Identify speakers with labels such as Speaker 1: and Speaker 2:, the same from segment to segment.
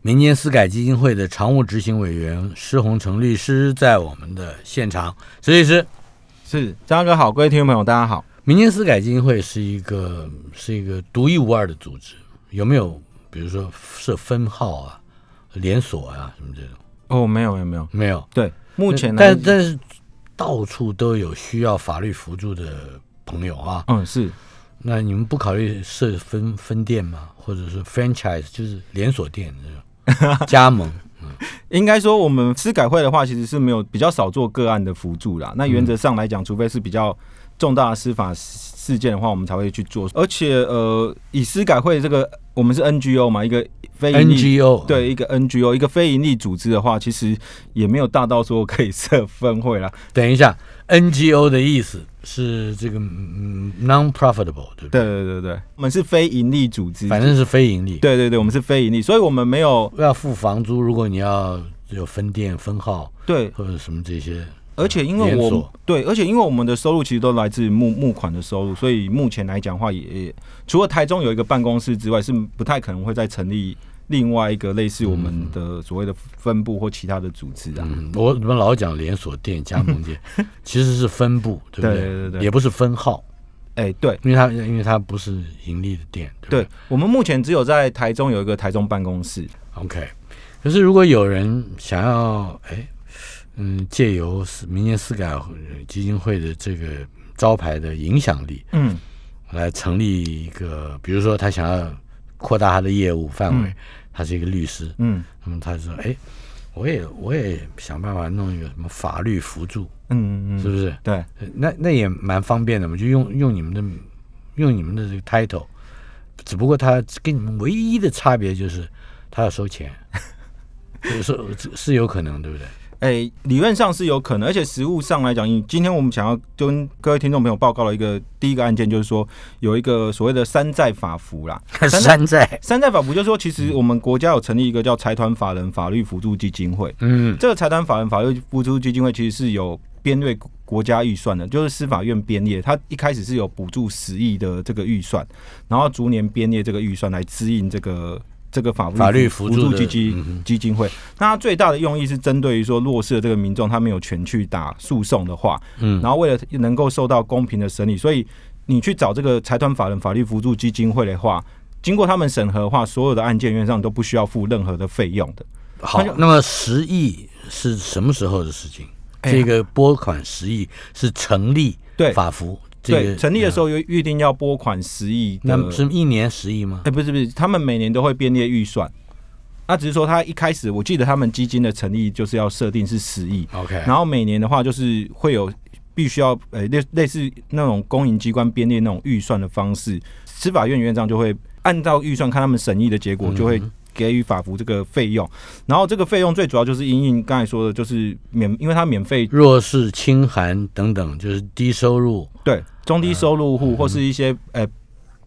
Speaker 1: 民间私改基金会的常务执行委员施洪成律师在我们的现场。施律师，
Speaker 2: 是张哥好，各位听众朋友，大家好。
Speaker 1: 民间私改基金会是一个是一个独一无二的组织，有没有？比如说设分号啊、连锁啊什么这种？
Speaker 2: 哦，没有，有没有？
Speaker 1: 没有。
Speaker 2: 对，目前呢，
Speaker 1: 但但是到处都有需要法律辅助的朋友啊。
Speaker 2: 嗯是
Speaker 1: 那你们不考虑设分分店吗？或者是 franchise，就是连锁店这种加 盟？
Speaker 2: 应该说我们司改会的话，其实是没有比较少做个案的辅助啦。那原则上来讲，除非是比较重大的司法事件的话，我们才会去做。而且呃，以司改会这个，我们是 NGO 嘛，一个非盈利
Speaker 1: NGO
Speaker 2: 哎对一个 NGO 一个非盈利组织的话，其实也没有大到说可以设分会啦。
Speaker 1: 等一下，NGO 的意思是这个嗯 non profitable，对不
Speaker 2: 对？对对对，我们是非盈利组织，
Speaker 1: 反正是非盈利，
Speaker 2: 对对对，我们是非盈利，所以我们没有
Speaker 1: 要付房租。如果你要有分店、分号
Speaker 2: 对
Speaker 1: 或者什么这些，
Speaker 2: 而且因为
Speaker 1: 连
Speaker 2: 我
Speaker 1: 锁
Speaker 2: 对，而且因为我们的收入其实都来自募募款的收入，所以目前来讲的话也，也除了台中有一个办公室之外，是不太可能会再成立另外一个类似我们的所谓的分部或其他的组织啊。
Speaker 1: 嗯，我怎么老讲连锁店、加盟 店，其实是分部，对不对？
Speaker 2: 对对对
Speaker 1: 也不是分号，
Speaker 2: 哎、对
Speaker 1: 因为它因为它不是盈利的店，对不对
Speaker 2: 对，我们目前只有在台中有一个台中办公室。
Speaker 1: OK，可是如果有人想要，哎，嗯，借由私民间私改呃基金会的这个招牌的影响力，
Speaker 2: 嗯，
Speaker 1: 来成立一个，比如说他想要扩大他的业务范围，他是一个律师，
Speaker 2: 嗯
Speaker 1: 那么他说，哎，我也我也想办法弄一个什么法律辅助，
Speaker 2: 嗯嗯
Speaker 1: 是
Speaker 2: 嗯，
Speaker 1: 不是？
Speaker 2: 对
Speaker 1: 呃那那也蛮方便的嘛，就用用你们的用你们的这个 title，只不过他跟你们唯一的差别就是他要收 钱，是是是有可能，对不对？
Speaker 2: 哎、理论上是有可能，而且实物上来讲，以今天我们想要跟各位听众朋友报告的一个第一个案件，就是说有一个所谓的山寨法服啦， 山寨
Speaker 1: 寨，
Speaker 2: 山寨法不就是说，其实我们国家有成立一个叫财团法人法律辅助基金会。
Speaker 1: 嗯，
Speaker 2: 这个财团法人法律辅助基金会其实是有编列国家预算的，就是司法院编列，它一开始是有补助十亿的这个预算，然后逐年编列这个预算来支应这个。这个法律
Speaker 1: 法律
Speaker 2: 辅
Speaker 1: 辅助的
Speaker 2: 基金、
Speaker 1: 嗯哼
Speaker 2: 基金会，那它最大的用意是针对于说弱势的这个民众，他没有权去打诉讼的话，
Speaker 1: 嗯
Speaker 2: 然后为了能够受到公平的审理，所以你去找这个财团法人法律辅助基金会的话，经过他们审核的话，所有的案件院上都不需要付任何的费用的。
Speaker 1: 好
Speaker 2: 那就。
Speaker 1: 那么十亿是什么时候的事情？
Speaker 2: 哎呀
Speaker 1: 这个拨款十亿是成立
Speaker 2: 对
Speaker 1: 法服，这
Speaker 2: 对，
Speaker 1: 个
Speaker 2: 成立的时
Speaker 1: 候，
Speaker 2: 候又呃预定要拨款十亿的，
Speaker 1: 那是一年十亿吗
Speaker 2: 哎、？不是不是，他们每年都会编列预算，那只是说他一开始，我记得他们基金的成立就是要设定是十亿，
Speaker 1: OK，
Speaker 2: 然后每年的话就是会有必须要呃类类似那种公营机关编列那种预算的方式，司法院院长就会按照预算看他们审议的结果，
Speaker 1: 嗯
Speaker 2: 就会给予法服这个费用。然后这个费用最主要就是因应刚才说的，就是免，因为它免费
Speaker 1: 弱势、清寒等等，就是低收入，
Speaker 2: 对中低收入
Speaker 1: 嗯
Speaker 2: 户或是一些呃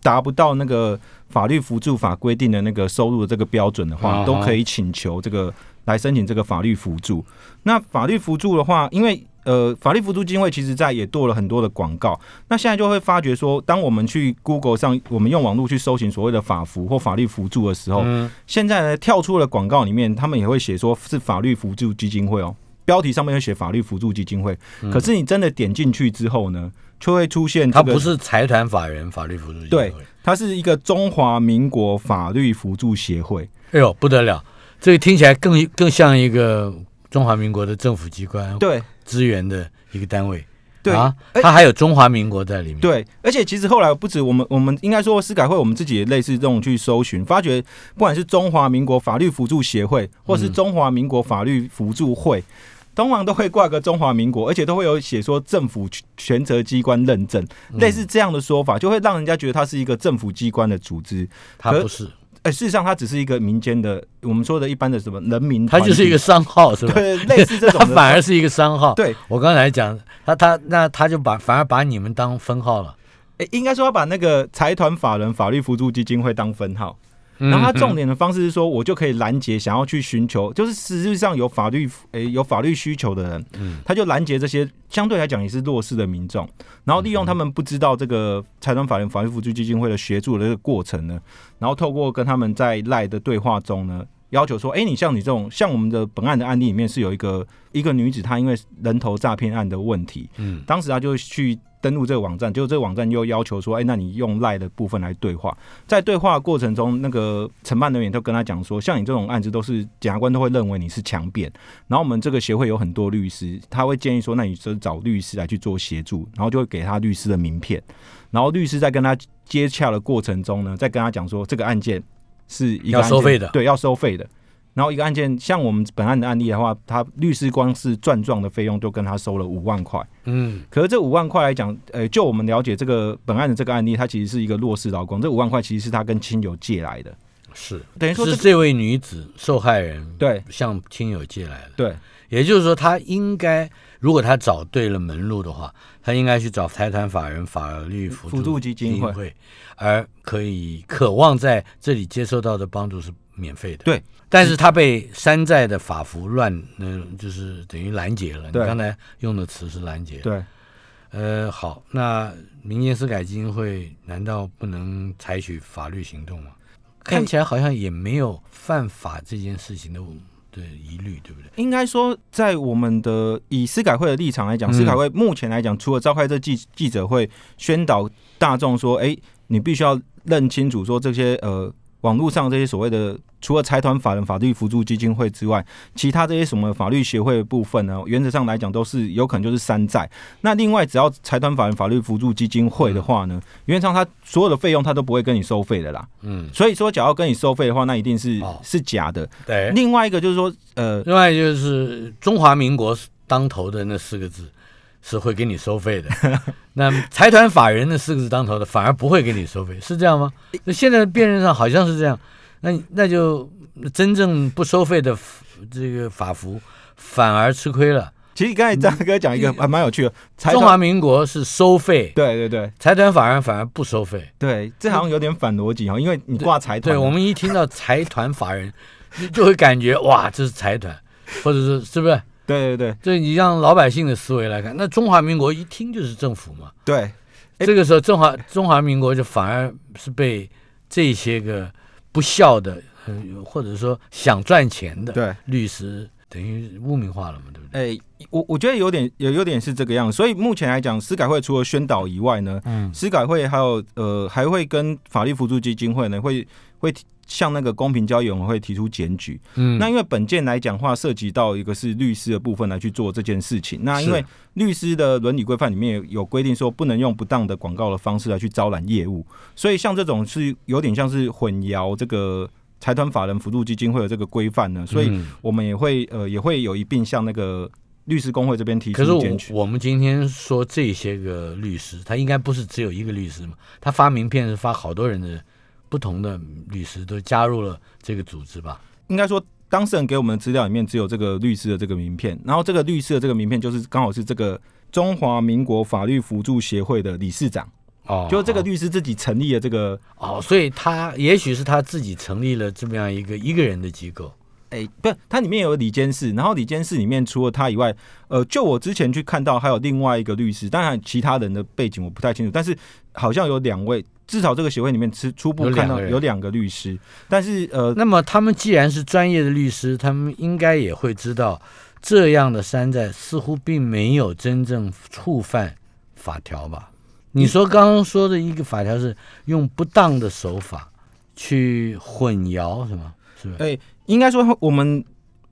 Speaker 2: 达不到那个法律辅助法规定的那个收入的这个标准的
Speaker 1: 啊哈
Speaker 2: 话，都可以请求这个来申请这个法律辅助。那法律辅助的话，因为呃，法律辅助基金会其实在也做了很多的广告。那现在就会发觉说，当我们去 Google 上，我们用网络去搜寻所谓的法服或法律辅助的时候，
Speaker 1: 嗯
Speaker 2: 现在呢跳出了广告里面，他们也会写说是法律辅助基金会哦，标题上面会写法律辅助基金会。
Speaker 1: 嗯
Speaker 2: 可是你真的点进去之后呢，就会出现、这
Speaker 1: 他
Speaker 2: 个
Speaker 1: 不是财团法人法律辅助基金
Speaker 2: 对
Speaker 1: 会。，
Speaker 2: 它是一个中华民国法律辅助协会。
Speaker 1: 哎呦，不得了！这个听起来更更像一个中华民国的政府机关
Speaker 2: 对
Speaker 1: 资源的一个单位。
Speaker 2: 对
Speaker 1: 啊，
Speaker 2: 哎
Speaker 1: 它还有中华民国在里面。，
Speaker 2: 对，而且其实后来不止我们，我们应该说司改会，我们自己也类似这种去搜寻，发觉不管是中华民国法律辅助协会，或是中华民国法律辅助会。通常都会挂个中华民国，而且都会有写说政府权责机关认
Speaker 1: 嗯
Speaker 2: 证，类似这样的说法，就会让人家觉得它是一个政府机关的组织。
Speaker 1: 它
Speaker 2: 可
Speaker 1: 不是。
Speaker 2: 哎、哎，事实上它只是一个民间的，我们说的一般的什么人民
Speaker 1: 它
Speaker 2: 团体，
Speaker 1: 就是一个商号，是吧？
Speaker 2: 对类似这种
Speaker 1: 它
Speaker 2: 的，
Speaker 1: 反而是一个商号。
Speaker 2: 对，
Speaker 1: 我刚才讲，他他那他就把反而把你们当分号了。
Speaker 2: 哎，应该说要把那个财团法人法律扶助基金会当分号。
Speaker 1: 嗯
Speaker 2: 然后他重
Speaker 1: 点，
Speaker 2: 点的方式是说，我就可以拦截想要去寻求，就是实际上有法律诶、有法律需求的人，
Speaker 1: 嗯
Speaker 2: 他就拦截这些相对来讲也是弱势的民众，然后利用他们不知道这个财团法人法律辅助基金会的协助的这个过程呢，然后透过跟他们在赖的对话中呢。要求说，哎、你像你这种，像我们的本案的案例里面是有一个一个女子，她因为人头诈骗案的问题，
Speaker 1: 嗯
Speaker 2: 当时她就去登录这个网站，结果这个网站又要求说，哎、那你用赖的部分来对话，在对话过程中，那个承办人员都跟他讲说，像你这种案子都是检察官都会认为你是强辩，然后我们这个协会有很多律师，他会建议说，那你就找律师来去做协助，然后就会给他律师的名片，然后律师在跟他接洽的过程中呢，再跟他讲说这个案件是一个
Speaker 1: 要
Speaker 2: 案件
Speaker 1: 收费的
Speaker 2: 对，要收费的。然后一个案件，像我们本案的案例的话，他律师光是转状的费用就跟他收了五万块。
Speaker 1: 嗯，
Speaker 2: 可是这五万块来讲，呃，就我们了解这个本案的这个案例，它其实是一个弱势劳工，这五万块其实是他跟亲友借来的，
Speaker 1: 嗯是
Speaker 2: 等于说
Speaker 1: 是
Speaker 2: 这
Speaker 1: 这位女子受害人
Speaker 2: 对
Speaker 1: 向亲友借来的，
Speaker 2: 对
Speaker 1: 也就是说，她应该如果她找对了门路的话，她应该去找财团法人法律辅
Speaker 2: 辅助
Speaker 1: 基
Speaker 2: 基金会
Speaker 1: 会，而可以渴望在这里接受到的帮助是免费的。
Speaker 2: 对，
Speaker 1: 但是她被山寨的法服乱，嗯、就是等于拦截了。你
Speaker 2: 对
Speaker 1: 刚才用的词是拦截。
Speaker 2: 对，
Speaker 1: 呃，好，那民间司改基金会难道不能采取法律行动吗？看起来好像也没有犯法这件事情的的疑虑，对不对？
Speaker 2: 应该说在我们的以司改会的立场来讲，
Speaker 1: 嗯
Speaker 2: 司改会目前来讲，除了召开这记记者会宣导大众说，哎，你必须要认清楚说这些呃。网络上这些所谓的，除了财团法人法律辅助基金会之外，其他这些什么法律协会的部分呢，原则上来讲都是有可能就是山寨。那另外，只要财团法人法律辅助基金会的话呢，原则上它所有的费用它都不会跟你收费的啦。
Speaker 1: 嗯，
Speaker 2: 所以说，假如跟你收费的话，那一定是、
Speaker 1: 哦
Speaker 2: 是假的。
Speaker 1: 对。
Speaker 2: 另外一个就是说，呃，
Speaker 1: 另外就是中华民国当头的那四个字是会给你收费 的，那财团法人那四个字当头的反而不会给你收费，是这样吗？那现在辨认上好像是这样，那那就真正不收费的 f- 这个法服反而吃亏了。
Speaker 2: 其实刚才张哥讲一个还蛮有趣的，财
Speaker 1: 嗯中
Speaker 2: 团
Speaker 1: 华民国是收费，
Speaker 2: 对对对
Speaker 1: 财团法人反而不收费。
Speaker 2: 对，这好像有点反逻辑哦，因为你挂财团，
Speaker 1: 对我们一听到财团法人，你就会感觉哇，这是财团，或者是是不是？
Speaker 2: 对对对
Speaker 1: 这你让老百姓的思维来看，那中华民国一听就是政府嘛。
Speaker 2: 对哎
Speaker 1: 这个时候，中华中华民国就反而是被这些个不孝的，呃或者说想赚钱的
Speaker 2: 对。
Speaker 1: 律师，等于污名化了嘛，对不对？
Speaker 2: 哎、我我觉得有点有有点是这个样子，所以目前来讲，司改会除了宣导以外呢，
Speaker 1: 嗯，
Speaker 2: 司改会还有呃还会跟法律辅助基金会呢会会提向那个公平交易委员会提出检举，
Speaker 1: 嗯
Speaker 2: 那因为本件来讲话，涉及到一个是律师的部分来去做这件事情。那因为
Speaker 1: 是
Speaker 2: 律师的伦理规范里面有有规定说，不能用不当的广告的方式来去招揽业务，所以像这种是有点像是混淆这个财团法人辅助基金会的这个规范呢，所以
Speaker 1: 嗯
Speaker 2: 我们也会呃也会有一并向那个律师工会这边提
Speaker 1: 可是
Speaker 2: 出
Speaker 1: 我
Speaker 2: 检举。
Speaker 1: 我们今天说这些个律师，他应该不是只有一个律师嘛？他发名片是发好多人的，不同的律师都加入了这个组织吧？
Speaker 2: 应该说。当事人给我们的资料里面只有这个律师的这个名片，然后这个律师的这个名片就是刚好是这个中华民国法律辅助协会的理事长。
Speaker 1: 哦
Speaker 2: 就这个律师自己成立的这个，
Speaker 1: 哦，所以他也许是他自己成立了这么样一个一个人的机构，
Speaker 2: 哎、不，它里面有李监事，然后李监事里面除了他以外，呃，就我之前去看到还有另外一个律师，当然其他人的背景我不太清楚，但是好像有两位，至少这个协会里面是初步
Speaker 1: 有两
Speaker 2: 看
Speaker 1: 个
Speaker 2: 到
Speaker 1: 人
Speaker 2: 有两个律师，但是呃，
Speaker 1: 那么他们既然是专业的律师，他们应该也会知道，这样的山寨似乎并没有真正触犯法条吧？你说刚刚说的一个法条是用不当的手法去混淆，是吗？是吧？
Speaker 2: 哎、应该说我们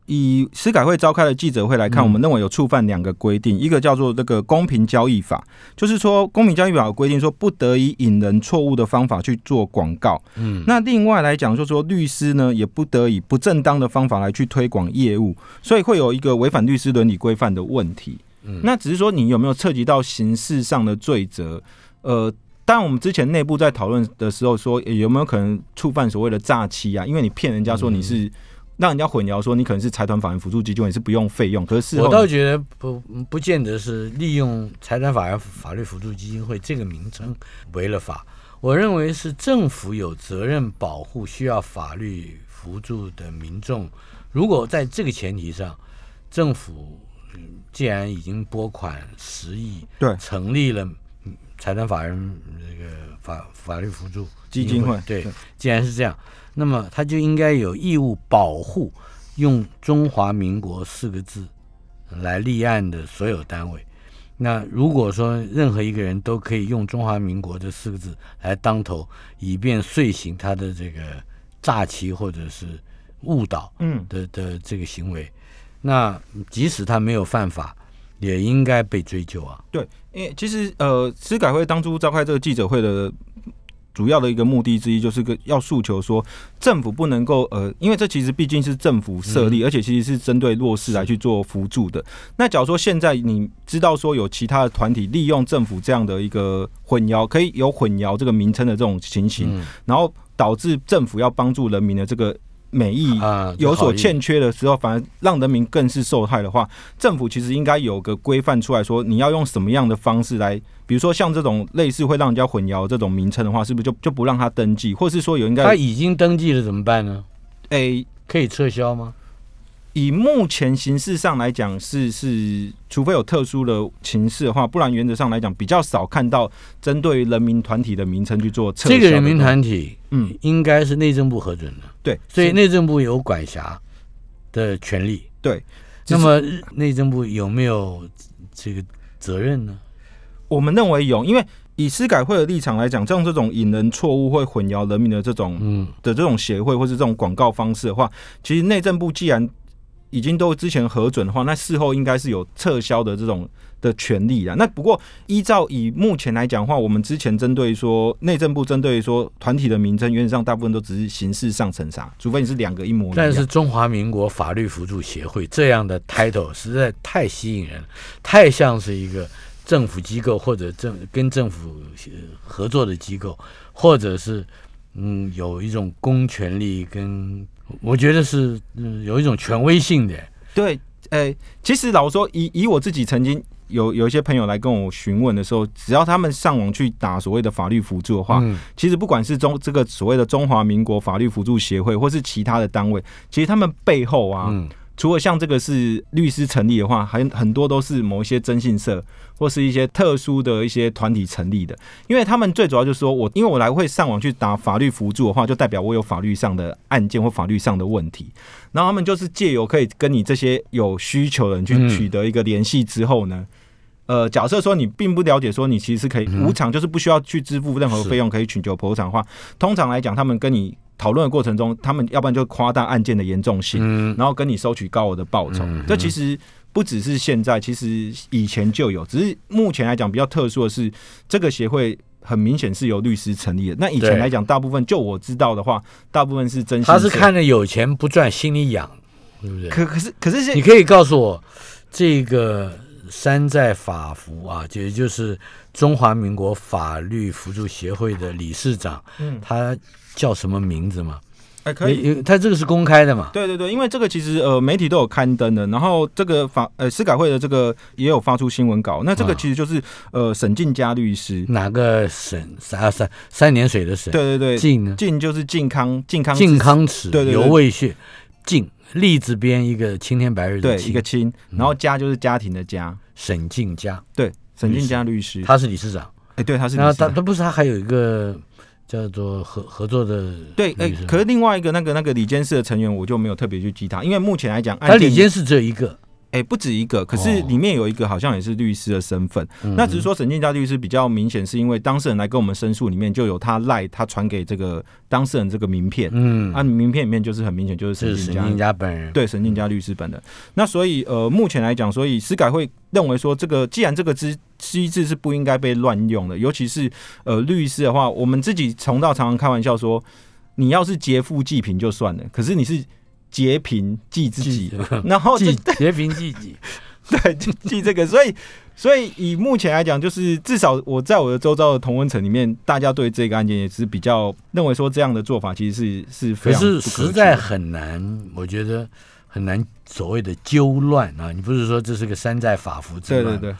Speaker 2: 以司改会召开的记者会来看，
Speaker 1: 嗯
Speaker 2: 我们认为有触犯两个规定，一个叫做这个公平交易法，就是说公平交易法有规定说不得以引人错误的方法去做广告。
Speaker 1: 嗯，
Speaker 2: 那另外来讲，就是说律师呢也不得以不正当的方法来去推广业务，所以会有一个违反律师伦理规范的问题。
Speaker 1: 嗯
Speaker 2: 那只是说你有没有涉及到刑事上的罪责？呃，当然，我们之前内部在讨论的时候说，诶有没有可能触犯所谓的诈欺啊？因为你骗人家
Speaker 1: 嗯
Speaker 2: 说你是，让人家混淆说你可能是财团法人辅助基金会，你是不用费用，可是事后
Speaker 1: 我
Speaker 2: 你
Speaker 1: 倒觉得不嗯不见得是利用财产法人法律辅助基金会这个名称违了法，我认为是政府有责任保护需要法律辅助的民众。如果在这个前提上，政府嗯既然已经拨款十亿，
Speaker 2: 对
Speaker 1: 成立了嗯财团法人嗯这个法法律辅助
Speaker 2: 基金会
Speaker 1: 对
Speaker 2: 对，
Speaker 1: 既然是这样，那么他就应该有义务保护用“中华民国”四个字来立案的所有单位。那如果说任何一个人都可以用“中华民国”这四个字来当头，以便遂行他的这个诈欺或者是误导
Speaker 2: 嗯，
Speaker 1: 的的这个行为，那即使他没有犯法，也应该被追究啊。
Speaker 2: 对，因为其实呃，司改会当初召开这个记者会的主要的一个目的之一，就是个要诉求说政府不能够呃，因为这其实毕竟是政府设
Speaker 1: 嗯
Speaker 2: 立，而且其实是针对弱势来去做辅助的。那假如说现在你知道说有其他的团体利用政府这样的一个混淆，可以有混淆这个名称的这种情形，
Speaker 1: 嗯
Speaker 2: 然后导致政府要帮助人民的这个美意
Speaker 1: 啊，
Speaker 2: 有
Speaker 1: 这好
Speaker 2: 所
Speaker 1: 意
Speaker 2: 欠缺的时候，反而让人民更是受害的话，政府其实应该有个规范出来说，你要用什么样的方式来，比如说像这种类似会让人家混淆这种名称的话，是不是就就不让他登记，或是说有应该
Speaker 1: 他已经登记了怎么办呢？
Speaker 2: 诶、
Speaker 1: 可以撤销吗？
Speaker 2: 以目前形式上来讲是是，除非有特殊的情势的话，不然原则上来讲比较少看到针对人民团体的名称去做撤销
Speaker 1: 这
Speaker 2: 的
Speaker 1: 个人民团体
Speaker 2: 嗯
Speaker 1: 应该是内政部核准的，
Speaker 2: 对，
Speaker 1: 所以
Speaker 2: 是
Speaker 1: 内政部有管辖的权利。
Speaker 2: 对，
Speaker 1: 那么内政部有没有这个责任呢？
Speaker 2: 我们认为有，因为以司改会的立场来讲，像这种引人错误会混淆人民的这种
Speaker 1: 嗯，
Speaker 2: 的这种协会或是这种广告方式的话，其实内政部既然已经都之前核准的话，那事后应该是有撤销的这种的权利啊。那不过依照以目前来讲的话，我们之前针对说内政部针对说团体的名称，原则上大部分都只是形式上审查，除非你是两个一模一样。
Speaker 1: 但是中华民国法律辅助协会这样的 title 实在太吸引人了，太像是一个政府机构或者政跟政府呃合作的机构，或者是嗯有一种公权力跟我觉得是嗯有一种权威性的。
Speaker 2: 对，呃，其实老实说，以以我自己曾经有有一些朋友来跟我询问的时候，只要他们上网去打所谓的法律辅助的话，
Speaker 1: 嗯
Speaker 2: 其实不管是中这个所谓的中华民国法律辅助协会，或是其他的单位，其实他们背后啊，
Speaker 1: 嗯，
Speaker 2: 除了像这个是律师成立的话，还很多都是某一些征信社或是一些特殊的一些团体成立的，因为他们最主要就是说我因为我来会上网去打法律辅助的话，就代表我有法律上的案件或法律上的问题，然后他们就是借由可以跟你这些有需求的人去
Speaker 1: 嗯
Speaker 2: 取得一个联系之后呢。呃，假设说你并不了解，说你其实可以无偿，就是不需要去支付任何
Speaker 1: 嗯是
Speaker 2: 费用，可以请求赔偿的话，通常来讲，他们跟你讨论的过程中，他们要不然就夸大案件的严重性，
Speaker 1: 嗯
Speaker 2: 然后跟你收取高额的报酬。这其实不只是现在，其实以前就有，只是目前来讲比较特殊的是，这个协会很明显是由律师成立的。那以前
Speaker 1: 对
Speaker 2: 来讲，大部分就我知道的话，大部分是真心社。
Speaker 1: 他是看着有钱不赚，心里痒，对不对？
Speaker 2: 可可是可是
Speaker 1: 你
Speaker 2: 现
Speaker 1: 可以告诉我，这个山寨法服啊，也就是中华民国法律辅助协会的理事长，
Speaker 2: 嗯
Speaker 1: 他叫什么名字吗？
Speaker 2: 哎可以。
Speaker 1: 你，他这个是公开的嘛？
Speaker 2: 对对对，因为这个其实呃媒体都有刊登的，然后这个法呃司改会的这个也有发出新闻稿，那这个
Speaker 1: 嗯
Speaker 2: 其实就是呃沈进佳律师，
Speaker 1: 哪个省三三三点水的省？
Speaker 2: 对对对，
Speaker 1: 靖呢？
Speaker 2: 进就是靖康靖康
Speaker 1: 靖康耻，
Speaker 2: 对对对
Speaker 1: 犹未雪，靖立字边一个青天白日的
Speaker 2: 对一个
Speaker 1: 靖，
Speaker 2: 亲，然后家就是家庭的家，
Speaker 1: 沈靖家，
Speaker 2: 对沈
Speaker 1: 嗯律
Speaker 2: 进
Speaker 1: 师
Speaker 2: 佳律师，
Speaker 1: 他是理事长。
Speaker 2: 哎、对，他是
Speaker 1: 然后
Speaker 2: 律师
Speaker 1: 他他不是他还有一个叫做合合作的
Speaker 2: 对，哎、
Speaker 1: 律师
Speaker 2: 可是另外一个那个那个李监事的成员，我就没有特别去记他，因为目前来讲，
Speaker 1: 他
Speaker 2: 案件
Speaker 1: 李监哦事只有一个，
Speaker 2: 哎、不止一个，可是里面有一个好像也是律师的身份，
Speaker 1: 嗯
Speaker 2: 那只是说沈建佳律师比较明显，是因为当事人来跟我们申诉，里面就有他赖他传给这个当事人这个名片，
Speaker 1: 嗯，
Speaker 2: 啊，名片里面就是很明显就是
Speaker 1: 这
Speaker 2: 沈
Speaker 1: 是沈
Speaker 2: 建
Speaker 1: 静
Speaker 2: 佳。
Speaker 1: 家本人。，
Speaker 2: 对沈建佳律师本人，那所以呃，目前来讲，所以司改会认为说，这个既然这个机机制是不应该被乱用的，尤其是呃律师的话，我们自己从到常常开玩笑说，你要是劫富济贫就算了，可是你是劫贫济自己
Speaker 1: 济，
Speaker 2: 然后这
Speaker 1: 记截屏记己，
Speaker 2: 对，记记这个，所以所以以目前来讲，就是至少我在我的周遭的同温层里面，大家对这个案件也是比较认为说这样的做法其实是是非
Speaker 1: 可
Speaker 2: 常
Speaker 1: 是
Speaker 2: 不取
Speaker 1: 实在
Speaker 2: 的
Speaker 1: 很难，我觉得很难所谓的纠乱啊。你不是说这是个山寨法服之
Speaker 2: 对
Speaker 1: 乱？
Speaker 2: 对对，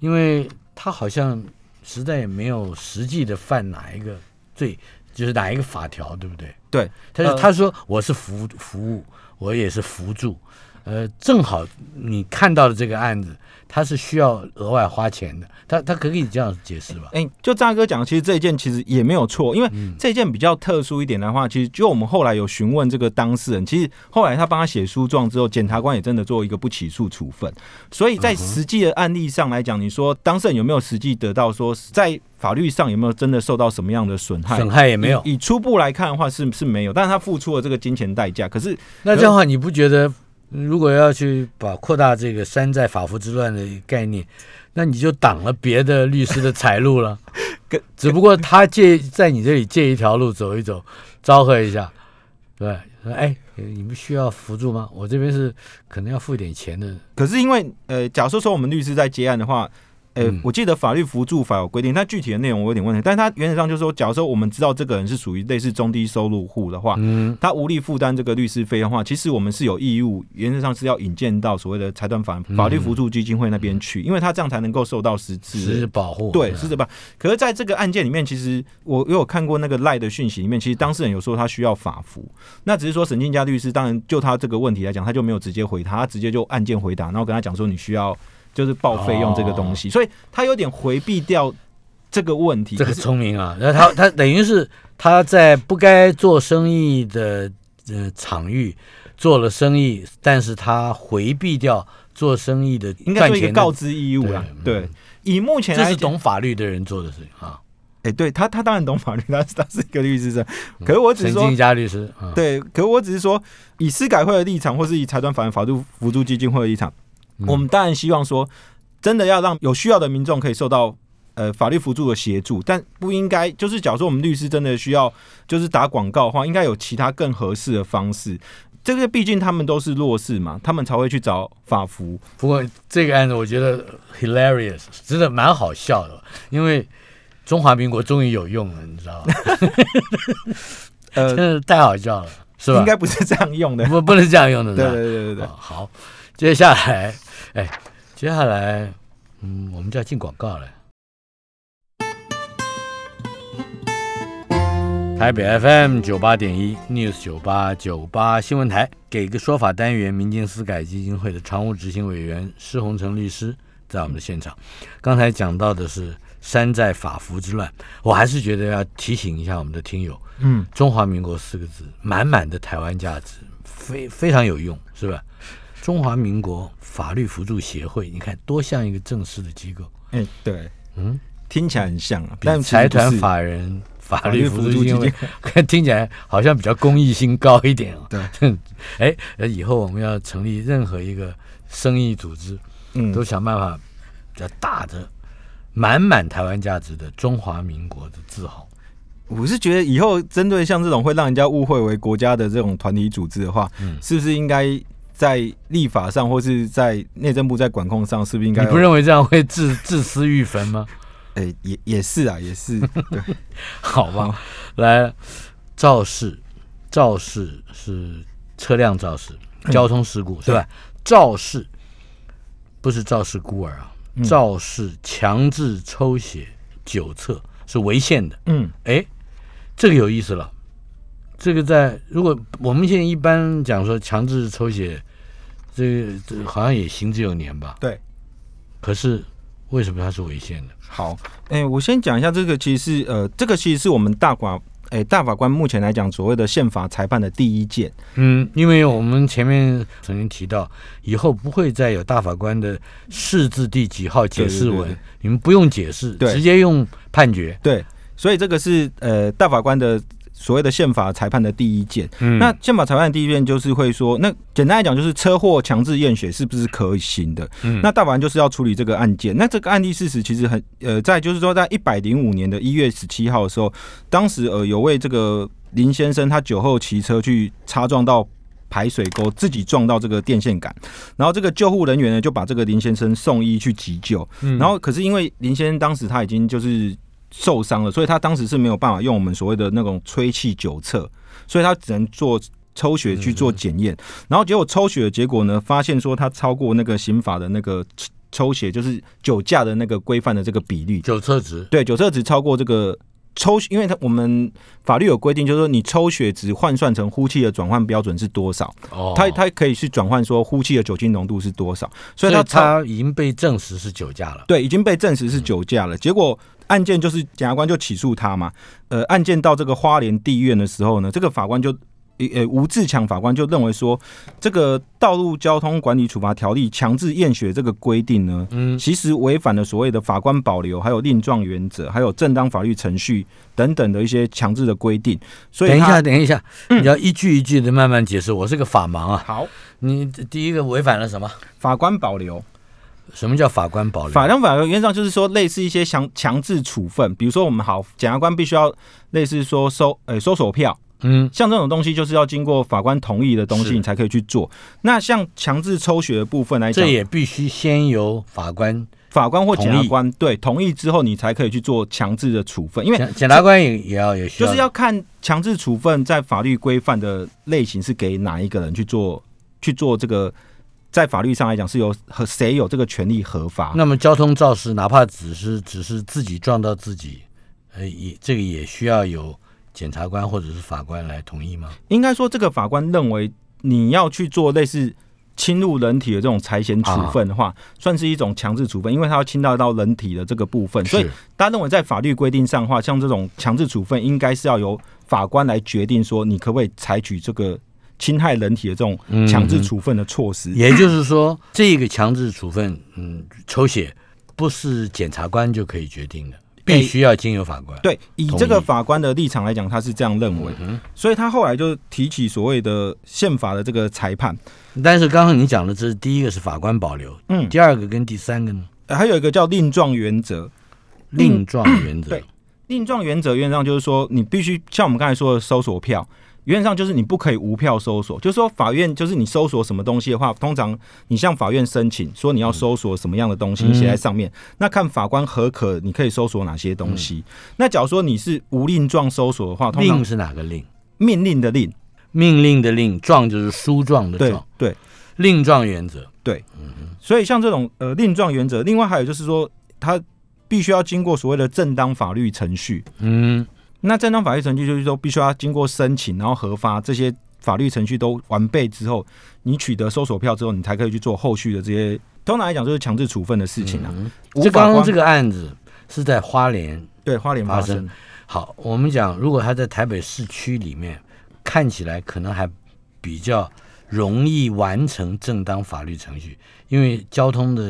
Speaker 1: 因为他好像实在也没有实际的犯哪一个罪，就是哪一个法条，对不对？
Speaker 2: 对，
Speaker 1: 他说、
Speaker 2: 呃
Speaker 1: 他说我是服服务，我也是辅助，呃，正好你看到的这个案子，他是需要额外花钱的，他他可以这样解释吧？
Speaker 2: 哎、就炸哥讲，其实这一件其实也没有错，因为
Speaker 1: 嗯
Speaker 2: 这一件比较特殊一点的话，其实就我们后来有询问这个当事人，其实后来他帮他写诉状之后，检察官也真的做一个不起诉处分。所以
Speaker 1: 嗯
Speaker 2: 在实际的案例上来讲，你说当事人有没有实际得到说在法律上有没有真的受到什么样的损害？
Speaker 1: 损害也没有，
Speaker 2: 以以初步来看的话是是没有，但是他付出了这个金钱代价。可是
Speaker 1: 那这样的话，你不觉得如果要去把扩大这个山寨法服之乱的概念，那你就挡了别的律师的财路了
Speaker 2: 跟？
Speaker 1: 只不过他借在你这里借一条路走一走，招和一下，对，说哎，你们需要辅助吗？我这边是可能要付一点钱的，
Speaker 2: 可是因为呃，假设说我们律师在接案的话，呃，
Speaker 1: 嗯
Speaker 2: 我记得法律辅助法有规定，但具体的内容我有点问题。但是它原则上就是说，假如说我们知道这个人是属于类似中低收入户的话，
Speaker 1: 嗯，
Speaker 2: 他无力负担这个律师费的话，其实我们是有义务，原则上是要引荐到所谓的财团法
Speaker 1: 嗯
Speaker 2: 法律辅助基金会那边去，因为他这样才能够受到实
Speaker 1: 只嗯是
Speaker 2: 质。
Speaker 1: 保护，
Speaker 2: 对，
Speaker 1: 吧
Speaker 2: 是的吧？可是，在这个案件里面，其实我因为我看过那个赖的讯息里面，其实当事人有说他需要法服，那只是说沈静佳律师，当然就他这个问题来讲，他就没有直接回他，他直接就案件回答，然后跟他讲说你需要就是报费用这个东西，所以他有点回避掉这个问题。
Speaker 1: 哦这
Speaker 2: 可
Speaker 1: 个
Speaker 2: 是
Speaker 1: 聪明啊！然后他他等于是他在不该做生意的呃场域做了生意，但是他回避掉做生意的
Speaker 2: 应该
Speaker 1: 赚
Speaker 2: 做一个
Speaker 1: 钱
Speaker 2: 告
Speaker 1: 的，
Speaker 2: 知义务啦。
Speaker 1: 对嗯
Speaker 2: 对，以目前
Speaker 1: 这
Speaker 2: 来
Speaker 1: 是
Speaker 2: 讲，
Speaker 1: 懂法律的人做的事情啊。
Speaker 2: 哎、对他，他当然懂法律，他是他是一个律师证，可是我只是
Speaker 1: 陈
Speaker 2: 说
Speaker 1: 金。佳律师啊，
Speaker 2: 对，可我只是说，以司改会的立场，或是以财团法人法律辅助基金会的立场，
Speaker 1: 嗯
Speaker 2: 我们当然希望说，真的要让有需要的民众可以受到呃法律辅助的协助，但不应该就是，假如说我们律师真的需要就是打广告的话，应该有其他更合适的方式。这个毕竟他们都是弱势嘛，他们才会去找法服。
Speaker 1: 不过这个案子我觉得 hilarious，真的蛮好笑的，因为中华民国终于有用了，你知道 吗？
Speaker 2: 呃
Speaker 1: 真，的太好笑了，是吧？
Speaker 2: 应该不是这样用的。
Speaker 1: 不不能这样用的，
Speaker 2: 对
Speaker 1: 是吧
Speaker 2: 对对对对
Speaker 1: 啊，好，接下来，哎，接下来，嗯，我们就要进广告了。台北 FM 九八点一 News 九八九八新闻台给个说法单元，民间司改基金会的常务执行委员施洪成律师在我们的现场。刚才讲到的是山寨法服之乱，我还是觉得要提醒一下我们的听友，
Speaker 2: 嗯，
Speaker 1: 中华民国四个字，满满的台湾价值，非非常有用，是吧？中华民国法律辅助协会，你看多像一个正式的机构，
Speaker 2: 哎、对，
Speaker 1: 嗯，
Speaker 2: 听起来很像啊，
Speaker 1: 比
Speaker 2: 但其实
Speaker 1: 财
Speaker 2: 不是
Speaker 1: 团法人法律辅助基金
Speaker 2: 法律
Speaker 1: 会
Speaker 2: 辅
Speaker 1: 听起来好像比较公益性高一点啊。
Speaker 2: 对，
Speaker 1: 哎，呃以后我们要成立任何一个生意组织，
Speaker 2: 嗯
Speaker 1: 都，想办法比较大的、满满台湾价值的中华民国的自豪。
Speaker 2: 我是觉得以后针对像这种会让人家误会为国家的这种团体组织的话，
Speaker 1: 嗯
Speaker 2: 是不是应该在立法上或是在内政部在管控上，是不是应该
Speaker 1: 你
Speaker 2: 要？
Speaker 1: 不认为这样会自自私欲焚吗？
Speaker 2: 哎、也也是啊，也 是对，
Speaker 1: 好吧，来，肇事，肇事是车辆肇事，交通事故、是吧？肇事不是肇事孤儿啊，
Speaker 2: 嗯
Speaker 1: 肇事强制抽血酒测是违宪的。
Speaker 2: 嗯，
Speaker 1: 哎，这个有意思了。这个在如果我们现在一般讲说强制抽血，这个这个好像也行之有年吧？
Speaker 2: 对。
Speaker 1: 可是为什么它是违宪的？
Speaker 2: 好，哎、我先讲一下这个，其实是呃，这个其实是我们大法，哎、大法官目前来讲所谓的宪法裁判的第一件，
Speaker 1: 嗯，因为我们前面曾经提到，以后不会再有大法官的释字第几号解释文，
Speaker 2: 对对对
Speaker 1: 你们不用解释，
Speaker 2: 对
Speaker 1: 直接用判决。
Speaker 2: 对，所以这个是呃大法官的所谓的宪法裁判的第一件。
Speaker 1: 嗯
Speaker 2: 那宪法裁判的第一辩就是会说，那简单来讲就是车祸强制验血是不是可行的？
Speaker 1: 嗯
Speaker 2: 那大法官就是要处理这个案件。那这个案例事实其实很呃，在就是说在一百零五年的一月十七号的时候，当时呃有位这个林先生他酒后骑车去擦撞到。排水沟，自己撞到这个电线杆，然后这个救护人员呢就把这个林先生送医去急救，
Speaker 1: 嗯
Speaker 2: 然后可是因为林先生当时他已经就是受伤了，所以他当时是没有办法用我们所谓的那种吹气酒测，所以他只能做。抽血去做检验，然后结果抽血的结果呢，发现说他超过那个刑法的那个抽抽血，就是酒驾的那个规范的这个比率，
Speaker 1: 酒测值，
Speaker 2: 对，酒测值超过这个抽，因为它我们法律有规定，就是说你抽血值换算成呼气的转换标准是多少，
Speaker 1: 哦，
Speaker 2: 它它可以去转换说呼气的酒精浓度是多少，
Speaker 1: 所
Speaker 2: 所以
Speaker 1: 以
Speaker 2: 它超
Speaker 1: 他已经被证实是酒驾了。
Speaker 2: 对已经被证实是酒驾了。结果案件就是检察官就起诉他嘛，呃，案件到这个花莲地院的时候呢，这个法官就。呃，呃吴志强法官就认为说，这个《道路交通管理处罚条例》强制验血这个规定呢，
Speaker 1: 嗯，
Speaker 2: 其实违反了所谓的法官保留、还有令状原则、还有正当法律程序等等的一些强制的规定。所以
Speaker 1: 等一
Speaker 2: 他嗯
Speaker 1: 下，，等一下，你要一句一句的慢慢解释。我是个法盲啊，
Speaker 2: 好，
Speaker 1: 你第一个违反了什么？
Speaker 2: 法官保留，
Speaker 1: 什么叫法官保留？
Speaker 2: 法官保留原则上就是说类似一些强强制处分，比如说我们好检察官必须要类似说收呃收手票，
Speaker 1: 嗯，
Speaker 2: 像这种东西就是要经过法官同意的东
Speaker 1: 是
Speaker 2: 西，你才可以去做。那像强制抽血的部分来讲
Speaker 1: 这，也必须先由法官，
Speaker 2: 法官或检
Speaker 1: 同
Speaker 2: 察
Speaker 1: 意
Speaker 2: 官对同意之后，你才可以去做强制的处分，因为
Speaker 1: 检检察官也也要也需
Speaker 2: 就是要看强制处分在法律规范的类型是给哪一个人去做去做这个，在法律上来讲是由和谁有这个权利合法。
Speaker 1: 那么交通肇事，哪怕只是只是自己撞到自己，呃，也这个也需要有检察官或者是法官来同意吗？
Speaker 2: 应该说，这个法官认为你要去做类似侵入人体的这种财险处分的话，
Speaker 1: 啊
Speaker 2: 算是一种强制处分，因为他要侵到到人体的这个部分，所以
Speaker 1: 是
Speaker 2: 他认为在法律规定上的话，像这种强制处分应该是要由法官来决定说你可不可以采取这个侵害人体的这种强制处分的措施。
Speaker 1: 也就是说，这个强制处分，嗯，抽血不是检察官就可以决定的，
Speaker 2: 哎
Speaker 1: 必须要经由法官。
Speaker 2: 对，以
Speaker 1: 同
Speaker 2: 这个
Speaker 1: 意嗯
Speaker 2: 法官的立场来讲，他是这样认为，所以他后来就提起所谓的宪法的这个裁判，
Speaker 1: 但是刚刚你讲的，这是第一个是法官保留，
Speaker 2: 嗯，
Speaker 1: 第二个跟第三个呢，
Speaker 2: 呃还有一个叫令状原则。
Speaker 1: 令状原则
Speaker 2: 嗯对。令状原则原则上就是说，你必须像我们刚才说的搜索票，原则上就是你不可以无票搜索，就是说法院就是你搜索什么东西的话，通常你向法院申请说你要搜索什么样的东西
Speaker 1: 嗯
Speaker 2: 写在上面，那看法官核可，你可以搜索哪些东西。那假如说你是无令状搜索的话，
Speaker 1: 嗯
Speaker 2: 通
Speaker 1: 令
Speaker 2: 常
Speaker 1: 是哪个令？
Speaker 2: 命令的令，
Speaker 1: 命令的令，状就是书状的
Speaker 2: 对
Speaker 1: 状，
Speaker 2: 对，
Speaker 1: 令状原则。
Speaker 2: 所以像这种呃令状原则，另外还有就是说，它必须要经过所谓的正当法律程序。
Speaker 1: 嗯，
Speaker 2: 那正当法律程序就是说，必须要经过申请，然后核发这些法律程序都完备之后，你取得搜索票之后，你才可以去做后续的这些。通常来讲，就是强制处分的事情啊。无
Speaker 1: 这
Speaker 2: 法
Speaker 1: 嗯刚
Speaker 2: 官
Speaker 1: 刚这个案子是在花莲
Speaker 2: 对花莲发
Speaker 1: 发
Speaker 2: 生
Speaker 1: 生，好，我们讲，如果他在台北市区里面，看起来可能还比较容易完成正当法律程序，因为交通的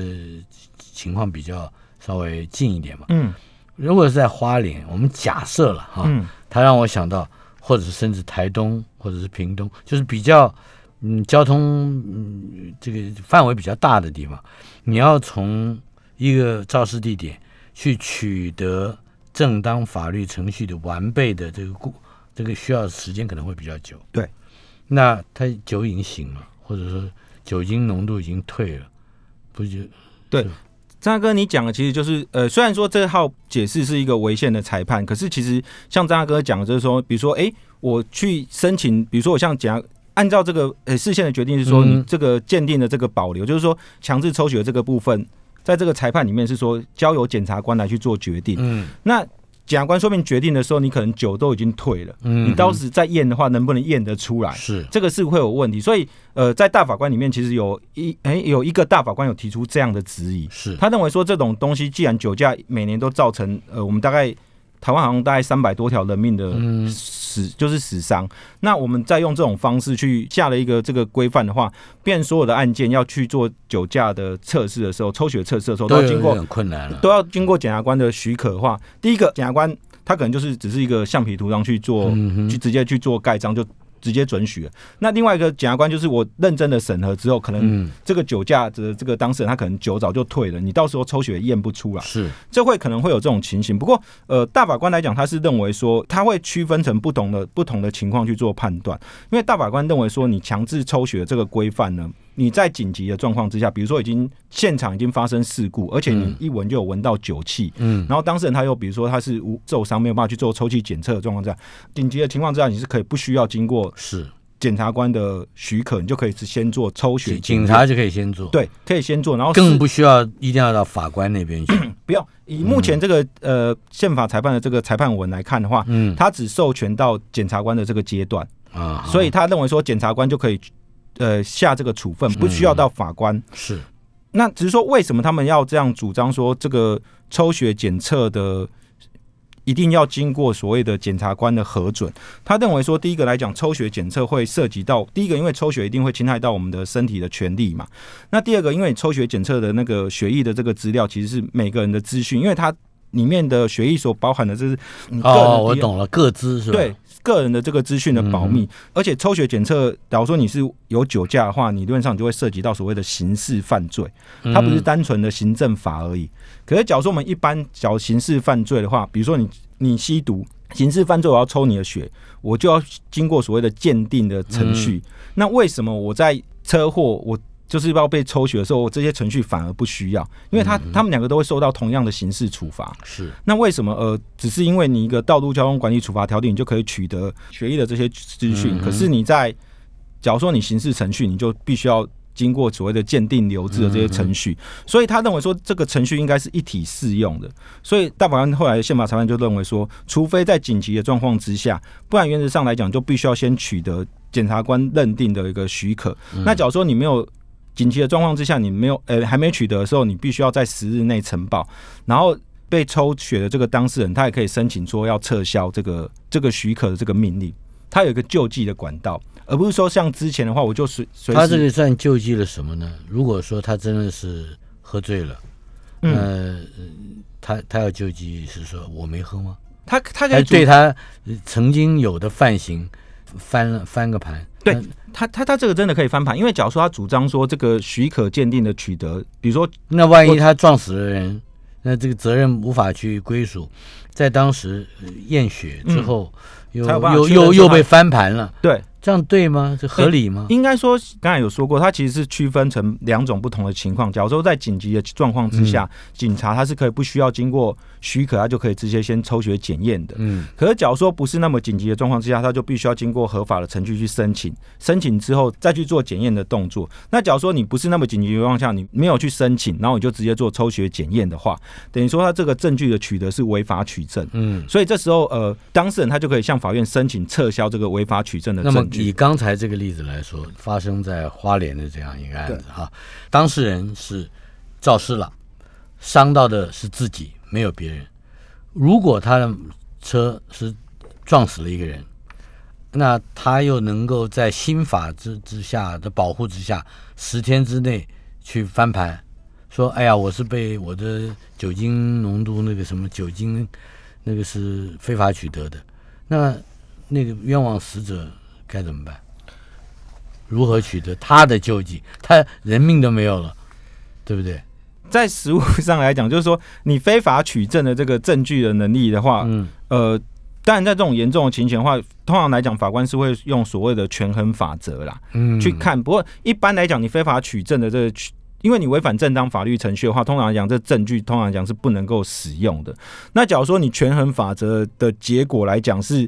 Speaker 1: 情况比较稍微近一点嘛。
Speaker 2: 嗯
Speaker 1: 如果是在花莲，我们假设了哈，
Speaker 2: 嗯，
Speaker 1: 它让我想到，或者是甚至台东，或者是屏东，就是比较嗯交通嗯这个范围比较大的地方，你要从一个肇事地点去取得正当法律程序的完备的这个过，这个需要时间可能会比较久。
Speaker 2: 对，
Speaker 1: 那他酒已经醒了，或者说酒精浓度已经退了，不就
Speaker 2: 张大哥，你讲的其实就是呃，虽然说这号解释是一个违宪的裁判，可是其实像张大哥讲，的就是说，比如说，诶，我去申请，比如说我像讲。按照这个呃事先的决定是说，
Speaker 1: 嗯
Speaker 2: 你这个鉴定的这个保留，就是说强制抽血的这个部分，在这个裁判里面是说交由检察官来去做决定。
Speaker 1: 嗯
Speaker 2: 那检察官说明决定的时候，你可能酒都已经退了，
Speaker 1: 嗯，
Speaker 2: 你到时再验的话，能不能验得出来？
Speaker 1: 是
Speaker 2: 这个是会有问题。所以呃，在大法官里面，其实有一诶有一个大法官有提出这样的质疑，
Speaker 1: 是
Speaker 2: 他认为说这种东西，既然酒驾每年都造成呃，我们大概台湾好像大概三百多条人命的
Speaker 1: 嗯
Speaker 2: 死、就是死伤，那我们再用这种方式去下了一个这个规范的话，变成所有的案件要去做酒驾的测试的时候，抽血测试的时候都
Speaker 1: 都
Speaker 2: 要
Speaker 1: 有
Speaker 2: 经过
Speaker 1: 点困难了
Speaker 2: 都。要经过检察官的许可的话，第一个检察官他可能就是只是一个橡皮图章去做，
Speaker 1: 嗯哼
Speaker 2: 去直接去做盖章就。直接准许了。那另外一个检察官就是我认真的审核之后，可
Speaker 1: 嗯
Speaker 2: 能这个酒驾的这个当事人他可能酒早就退了，你到时候抽血验不出来，
Speaker 1: 是
Speaker 2: 这会可能会有这种情形。不过，呃，大法官来讲，他是认为说他会区分成不同的不同的情况去做判断，因为大法官认为说你强制抽血这个规范呢，你在紧急的状况之下，比如说已经现场已经发生事故，而且你一闻就有闻到酒气，
Speaker 1: 嗯，
Speaker 2: 然后当事人他又比如说他是无受伤没有办法去做抽气检测的状况之下，紧急的情况之下，你是可以不需要经过
Speaker 1: 是，
Speaker 2: 检察官的许可，你就可以是先做抽
Speaker 1: 警
Speaker 2: 血检
Speaker 1: 警
Speaker 2: 验。
Speaker 1: 察就可以先做，，
Speaker 2: 对，可以先做，然后
Speaker 1: 更
Speaker 2: 事
Speaker 1: 不需要一定要到法官那边去，
Speaker 2: 不要以目前这个呃宪法裁判的这个裁判文来看的话，
Speaker 1: 嗯
Speaker 2: 他只授权到检察官的这个阶段，
Speaker 1: 啊，
Speaker 2: 所以他认为说检察官就可以呃下这个处分，不需要到法官。
Speaker 1: 是
Speaker 2: 那只是说为什么他们要这样主张说这个抽血检测的？一定要经过所谓的检察官的核准。他认为说，第一个来讲，抽血检测会涉及到第一个，因为抽血一定会侵害到我们的身体的权利嘛。那第二个，因为你抽血检测的那个血液的这个资料，其实是每个人的资讯，因为它里面的血液所包含的，这是你个人的
Speaker 1: 哦，我
Speaker 2: DNA
Speaker 1: 懂了，各自是吧？嗯
Speaker 2: 对，个人的这个资讯的保密，而且抽血检测，假如说你是有酒驾的话，理论上就会涉及到所谓的刑事犯罪，
Speaker 1: 嗯
Speaker 2: 它不是单纯的行政法而已。可是，假如说我们一般讲刑事犯罪的话，比如说你你吸毒。刑事犯罪，我要抽你的血，我就要经过所谓的鉴定的程序。
Speaker 1: 嗯
Speaker 2: 那为什么我在车祸，我就是要被抽血的时候，我这些程序反而不需要？因
Speaker 1: 嗯
Speaker 2: 为他、他们两个都会受到同样的刑事处罚。
Speaker 1: 是
Speaker 2: 那为什么呃，只是因为你一个道路交通管理处罚条例，你就可以取得学业的这些资讯？可是你在假如说你刑事程序，你就必须要经过所谓的鉴定留置的这些程序。所以他认为说这个程序应该是一体适用的。所以大法官后来宪法裁判就认为说，除非在紧急的状况之下，不然原则上来讲就必须要先取得检察官认定的一个许可。
Speaker 1: 嗯
Speaker 2: 那假如说你没有紧急的状况之下，你没有呃还没取得的时候，你必须要在十日内呈报，然后。被抽血的这个当事人，他也可以申请说要撤销这个这个许可的这个命令，他有一个救济的管道，而不是说像之前的话，我就随随时
Speaker 1: 他这个算救济了什么呢？如果说他真的是喝醉了，那
Speaker 2: 嗯
Speaker 1: 呃他他要救济是说我没喝吗？
Speaker 2: 他他可
Speaker 1: 还
Speaker 2: 以主
Speaker 1: 哎对他呃曾经有的犯行翻了翻个盘？
Speaker 2: 对
Speaker 1: 那
Speaker 2: 他他他这个真的可以翻盘，因为假如说他主张说这个许可鉴定的取得，比如说
Speaker 1: 那万一他撞死了人，那这个责任无法去归属，在当时呃验血之后，又
Speaker 2: 嗯才有办法
Speaker 1: 又
Speaker 2: 确认
Speaker 1: 又
Speaker 2: 是
Speaker 1: 又
Speaker 2: 他
Speaker 1: 被翻盘了，
Speaker 2: 对，
Speaker 1: 这样对吗？这合理吗？
Speaker 2: 应该说刚才有说过，它其实是区分成两种不同的情况。假如说在紧急的状况之下，
Speaker 1: 嗯
Speaker 2: 警察他是可以不需要经过许可，他就可以直接先抽血检验的。
Speaker 1: 嗯，
Speaker 2: 可是，假如说不是那么紧急的状况之下，他就必须要经过合法的程序去申请，申请之后再去做检验的动作。那假如说你不是那么紧急的状况下，你没有去申请，然后你就直接做抽血检验的话，等于说他这个证据的取得是违法取证。
Speaker 1: 嗯，
Speaker 2: 所以这时候，呃，当事人他就可以向法院申请撤销这个违法取证的
Speaker 1: 那么
Speaker 2: 证据。
Speaker 1: 以刚才这个例子来说，发生在花莲的这样一个案子哈，当事人是肇事了，伤到的是自己，没有别人。如果他的车是撞死了一个人，那他又能够在新法之之下的保护之下，十天之内去翻盘，说哎呀，我是被我的酒精浓度那个什么酒精那个是非法取得的，那那个冤枉死者该怎么办？如何取得他的救济？他人命都没有了，对不对？
Speaker 2: 在实务上来讲，就是说你非法取证的这个证据的能力的话，
Speaker 1: 嗯，
Speaker 2: 呃，当然在这种严重的情形的话，通常来讲，法官是会用所谓的权衡法则啦，
Speaker 1: 嗯
Speaker 2: 去看。不过一般来讲，你非法取证的这个取。因为你违反正当法律程序的话，通常来讲，这证据通常来讲是不能够使用的。那假如说你权衡法则的结果来讲是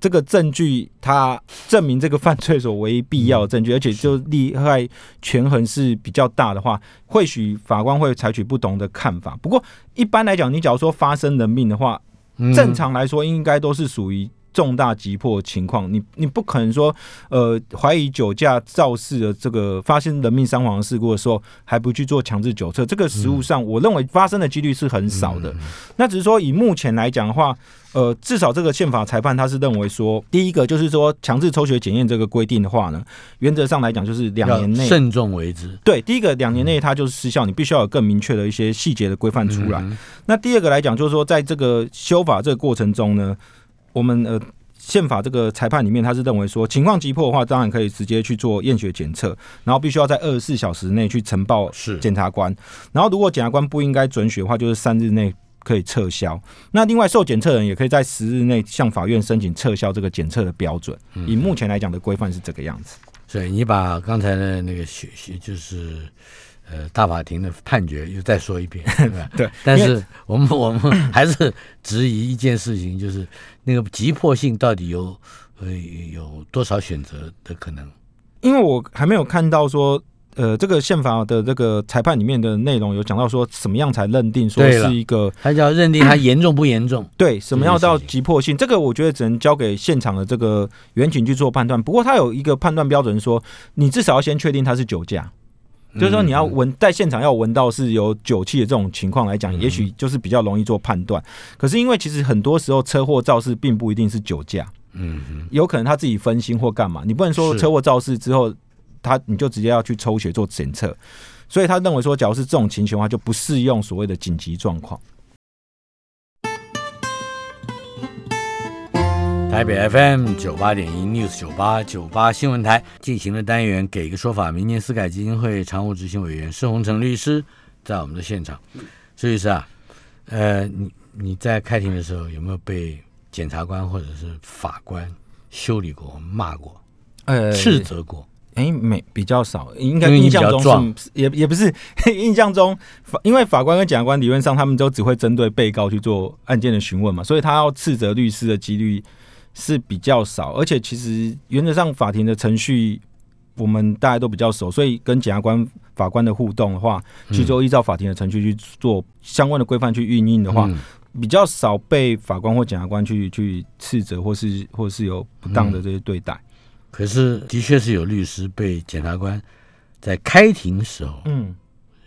Speaker 2: 这个证据，它证明这个犯罪所唯一必要的证据，而且就利害权衡是比较大的话，或许法官会采取不同的看法。不过一般来讲，你假如说发生人命的话，
Speaker 1: 嗯
Speaker 2: 正常来说应该都是属于重大急迫情况，你你不可能说，呃，怀疑酒驾肇事的这个发生人命伤亡的事故的时候，还不去做强制酒测，这个实务上我认为发生的几率是很少的。那只是说以目前来讲的话，呃，至少这个宪法裁判他是认为说，第一个就是说强制抽血检验这个规定的话呢，原则上来讲就是两
Speaker 1: 要
Speaker 2: 年内
Speaker 1: 慎重为之。
Speaker 2: 对，第一个两年内它就是失效，你必须要有更明确的一些细节的规范出来。那第二个来讲，就是说在这个修法这个过程中呢，我们呃宪法这个裁判里面，他是认为说，情况急迫的话，当然可以直接去做验血检测，然后必须要在二十四小时内去呈报
Speaker 1: 是
Speaker 2: 检察官。然后如果检察官不应该准许的话，就是三日内可以撤销。那另外，受检测人也可以在十日内向法院申请撤销这个检测的标准。以目前来讲的规范是这个样子。
Speaker 1: 所以你把刚才的那个学学就是。呃，大法庭的判决又再说一 遍，对吧？
Speaker 2: 对
Speaker 1: 但
Speaker 2: 因
Speaker 1: 是我们我们还是质疑一件事情，就是那个急迫性到底有呃有多少选择的可能？
Speaker 2: 因为我还没有看到说，呃，这个宪法的这个裁判里面的内容有讲到说，什么样才认定说
Speaker 1: 对了
Speaker 2: 是一个
Speaker 1: 他就要认定它严重不严重？
Speaker 2: 对，什么要到急迫性，这个我觉得只能交给现场的这个员警去做判断。不过他有一个判断标准说，你至少要先确定他是酒驾，
Speaker 1: 嗯
Speaker 2: 就是说你要闻在现场要闻到是有酒气的这种情况来
Speaker 1: 嗯
Speaker 2: 讲，也许就是比较容易做判断。可是因为其实很多时候车祸肇事并不一定是酒驾，
Speaker 1: 嗯哼，
Speaker 2: 有可能他自己分心或干嘛，你不能说
Speaker 1: 是
Speaker 2: 车祸肇事之后他你就直接要去抽血做检测。所以他认为说，假如是这种情形的话，就不适用所谓的紧急状况。
Speaker 1: 台北 FM 九八点一 News 九八九八新闻台进行了单元“给一个说法”，明年司改基金会常务执行委员施洪成律师在我们的现场。施律师啊，呃，你你在开庭的时候有没有被检察官或者是法官修理过、骂过、
Speaker 2: 呃
Speaker 1: 斥责过？
Speaker 2: 哎，没比较少，应该
Speaker 1: 因为你
Speaker 2: 印
Speaker 1: 比较
Speaker 2: 象中
Speaker 1: 壮
Speaker 2: 是也也不是 印象中法，因为法官跟检察官理论上他们都只会针对被告去做案件的询问嘛，所以他要斥责律师的几率是比较少，而且其实原则上法庭的程序我们大家都比较熟，所以跟检察官、法官的互动的话，其实
Speaker 1: 嗯
Speaker 2: 就依照法庭的程序去做相关的规范去运用的话，
Speaker 1: 嗯
Speaker 2: 比较少被法官或检察官去去斥责或是或是有不当
Speaker 1: 嗯
Speaker 2: 的这些对待。
Speaker 1: 可是的确是有律师被检察官在开庭时候
Speaker 2: 嗯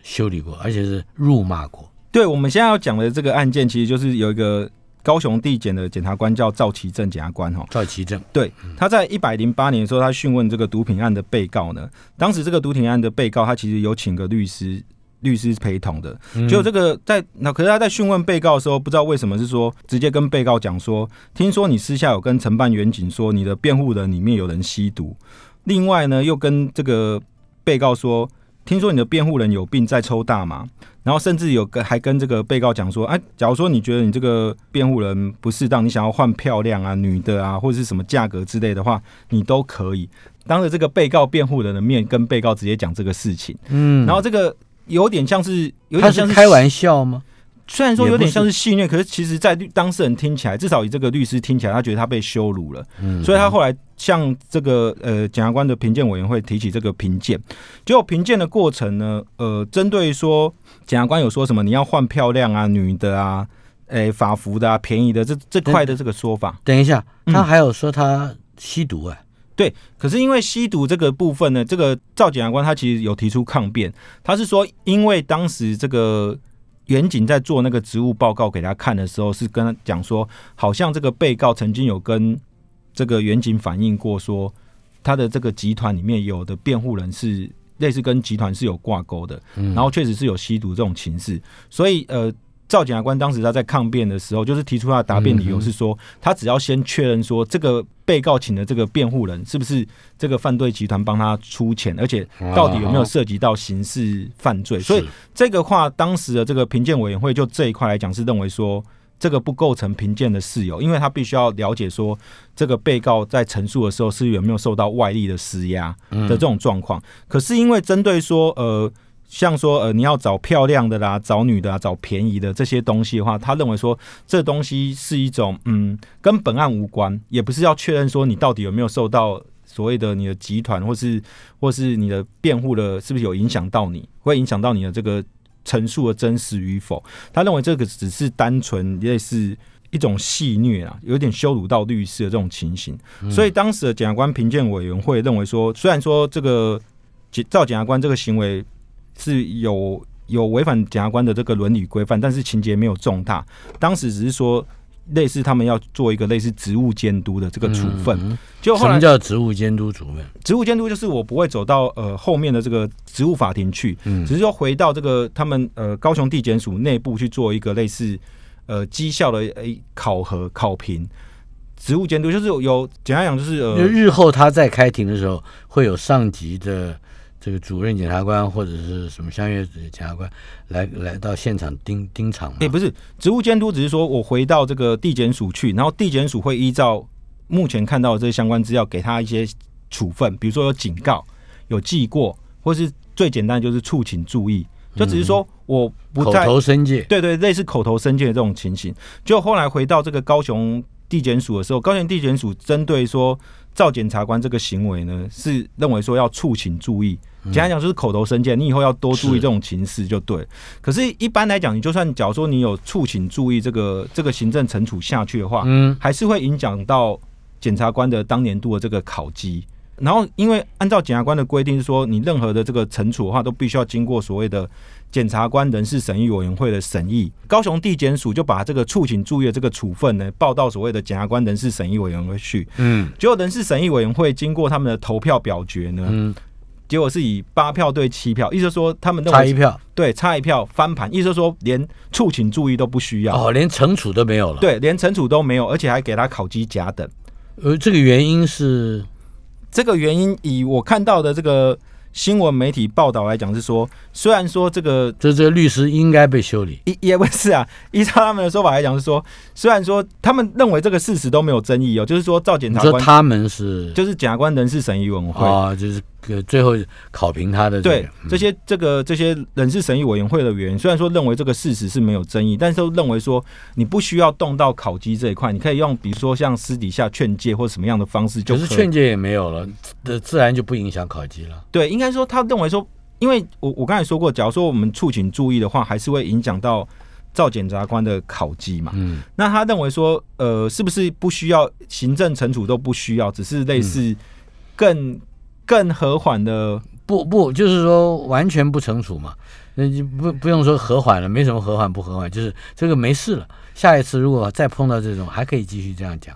Speaker 1: 修理过，而且是辱骂过。
Speaker 2: 对，我们现在要讲的这个案件，其实就是有一个高雄地检的检察官叫赵其正检察官哈，哦
Speaker 1: 赵其正，
Speaker 2: 对，他在一百零八年的时候，他讯问这个毒品案的被告呢，当时这个毒品案的被告，他其实有请个律师。律师陪同的，结果这个在那，可是他在讯问被告的时候，不知道为什么是说直接跟被告讲说，听说你私下有跟承办员警说你的辩护人里面有人吸毒，另外呢又跟这个被告说，听说你的辩护人有病在抽大麻，然后甚至有跟还跟这个被告讲说，哎、假如说你觉得你这个辩护人不适当，你想要换漂亮啊、女的啊，或者是什么价格之类的话，你都可以。当着这个被告辩护人的面，跟被告直接讲这个事情，
Speaker 1: 嗯
Speaker 2: 然后这个有点像是有
Speaker 1: 他
Speaker 2: 点
Speaker 1: 是
Speaker 2: 像
Speaker 1: 开玩笑吗？
Speaker 2: 虽然说
Speaker 1: 也
Speaker 2: 有
Speaker 1: 不
Speaker 2: 点
Speaker 1: 是
Speaker 2: 像是戏虐，可是其实，在律当事人听起来，至少以这个律师听起来，他觉得他被羞辱了，
Speaker 1: 嗯
Speaker 2: 所以他后来向这个呃检察官的评鉴委员会提起这个评鉴。结果评鉴的过程呢，呃，针对说检察官有说什么你要换漂亮啊、女的啊、诶、法服的啊、便宜的这这块的这个说法，
Speaker 1: 等一下，
Speaker 2: 嗯
Speaker 1: 他还有说他吸毒哎、
Speaker 2: 对，可是因为吸毒这个部分呢，这个赵检察官他其实有提出抗辩，他是说因为当时这个远景在做那个职务报告给他看的时候，是跟他讲说，好像这个被告曾经有跟这个远景反映过说，他的这个集团里面有的辩护人是类似跟集团是有挂钩的，
Speaker 1: 嗯
Speaker 2: 然后确实是有吸毒这种情势，所以呃。赵检察官当时他在抗辩的时候，就是提出他的答辩理由是说，他只要先确认说这个被告请的这个辩护人是不是这个犯罪集团帮他出钱，而且到底有没有
Speaker 1: 哦
Speaker 2: 涉及到刑事犯罪，所以这个话，当时的这个评鉴委员会就这一块来讲，是认为说这个不构成评鉴的事由，因为他必须要了解说这个被告在陈述的时候是有没有受到外力的施压的这种状况。可是因为针对说呃。像说呃，你要找漂亮的啦，找女的啊，找便宜的这些东西的话，他认为说这东西是一种嗯，跟本案无关，也不是要确认说你到底有没有受到所谓的你的集团或是或是你的辩护的，是不是有影响到你，会影响到你的这个陈述的真实与否？他认为这个只是单纯类似一种戏虐啊，有点羞辱到律师的这种情形。
Speaker 1: 嗯
Speaker 2: 所以当时的检察官评鉴委员会认为说，虽然说这个检赵检察官这个行为是有有违反检察官的这个伦理规范，但是情节没有重大。当时只是说。类似他们要做一个类似职务监督的这个处分，
Speaker 1: 嗯
Speaker 2: 结果
Speaker 1: 什
Speaker 2: 后来
Speaker 1: 么叫职务监督主任？
Speaker 2: 职务监督就是我不会走到呃后面的这个职务法庭去，
Speaker 1: 嗯
Speaker 2: 只是说回到这个他们呃高雄地检署内部去做一个类似呃绩效的呃考核考评。职务监督，就是有有简单讲就是
Speaker 1: 就
Speaker 2: 呃，
Speaker 1: 日后他在开庭的时候，会有上级的这个主任检察官或者是什么相约检察官来来到现场盯盯场嘛
Speaker 2: 也、？不是职务监督，只是说我回到这个地检署去，然后地检署会依照目前看到的这些相关资料给他一些处分，比如说有警告、有记过，或是最简单就是促请注意，就只是说我不
Speaker 1: 口
Speaker 2: 再
Speaker 1: 头申诫，
Speaker 2: 对对，类似口头申诫的这种情形。就后来回到这个高雄地检署的时候，高雄地检署针对说赵检察官这个行为呢，是认为说要促请注意。简单讲就是口头申诫，你以后要多注
Speaker 1: 是
Speaker 2: 意这种情势就对。可是，一般来讲，你就算假如说你有促请注意这个这个行政惩处下去的话，
Speaker 1: 嗯，
Speaker 2: 还是会影响到检察官的当年度的这个考绩。然后，因为按照检察官的规定是说，你任何的这个惩处的话，都必须要经过所谓的检察官人事审议委员会的审议。高雄地检署就把这个促请注意的这个处分呢，报到所谓的检察官人事审议委员会去。
Speaker 1: 嗯
Speaker 2: 结果人事审议委员会经过他们的投票表决呢，
Speaker 1: 嗯，
Speaker 2: 结果是以八票对七票，意思是说他们认
Speaker 1: 差一
Speaker 2: 为
Speaker 1: 票
Speaker 2: 对差一票翻盘，意思是说连促请注意都不需要，
Speaker 1: 哦，连惩处都没有了。，
Speaker 2: 对，连惩处都没有，而且还给他考绩甲等。
Speaker 1: 呃，这个原因是
Speaker 2: 这个原因，以我看到的这个新闻媒体报道来讲，是说，虽然说这个
Speaker 1: 就这个律师应该被修理，
Speaker 2: 也也不是啊， 依照他们的说法来讲，是说，虽然说他们认为这个事实都没有争议哦，就是说，照检
Speaker 1: 你
Speaker 2: 察
Speaker 1: 说
Speaker 2: 官
Speaker 1: 他们是
Speaker 2: 就是检察官人事审议委员会。
Speaker 1: 啊、就是呃最后考评他的、这个、
Speaker 2: 对这些这个这些人事审议委员会的委员，虽然说认为这个事实是没有争议，但是都认为说你不需要动到考绩这一块，你可以用比如说像私底下劝诫或什么样的方式就
Speaker 1: 可
Speaker 2: 可以。
Speaker 1: 是劝诫也没有了，自自然就不影响考级了。
Speaker 2: 对，应该说他认为说，因为我我刚才说过，假如说我们促请注意的话，还是会影响到赵检察官的考绩嘛。
Speaker 1: 嗯，
Speaker 2: 那他认为说，呃，是不是不需要行政惩处都不需要，只是类似更、更和缓的，
Speaker 1: 不不，就是说完全不惩处嘛，那就不不用说和缓了，没什么和缓不和缓，就是这个没事了。下一次如果再碰到这种，还可以继续这样讲。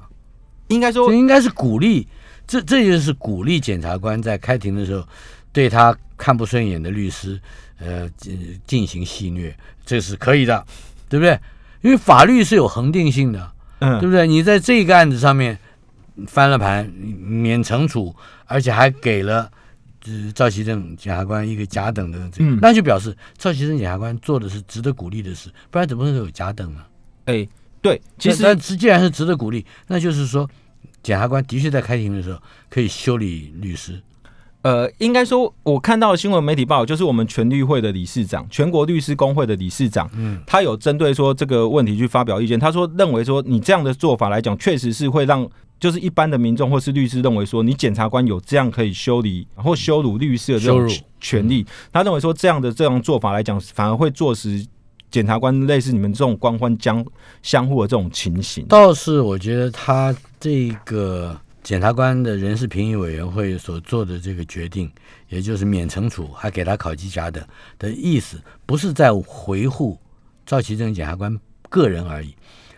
Speaker 2: 应该说
Speaker 1: 这应该是鼓励，这这就是鼓励检察官在开庭的时候，对他看不顺眼的律师，呃，进进行戏虐，这是可以的，对不对？因为法律是有恒定性的，
Speaker 2: 嗯
Speaker 1: 对不对？你在这个案子上面翻了盘，免惩处，而且还给了。呃赵其正检察官一个甲等的这个，
Speaker 2: 嗯
Speaker 1: 那就表示赵其正检察官做的是值得鼓励的事，不然怎么会有甲等呢？
Speaker 2: 哎、对，其
Speaker 1: 那
Speaker 2: 实
Speaker 1: 但是既然是值得鼓励，那就是说，检察官的确在开庭的时候可以修理律师。
Speaker 2: 呃，应该说，我看到的新闻媒体报道，就是我们全律会的理事长，全国律师工会的理事长，嗯，他有针对说这个问题去发表意见。他说，认为说你这样的做法来讲，确实是会让就是一般的民众或是律师认为说，你检察官有这样可以修理或羞辱嗯律师的这
Speaker 1: 羞
Speaker 2: 种
Speaker 1: 辱
Speaker 2: 权利。他认为说，这样的这种做法来讲，反而会坐实检察官类似你们这种官官相相互的这种情形。
Speaker 1: 倒是我觉得他这个检察官的人事评议委员会所做的这个决定，也就是免惩处，还给他考绩甲等的意思，不是在维护赵其正检察官个人而已，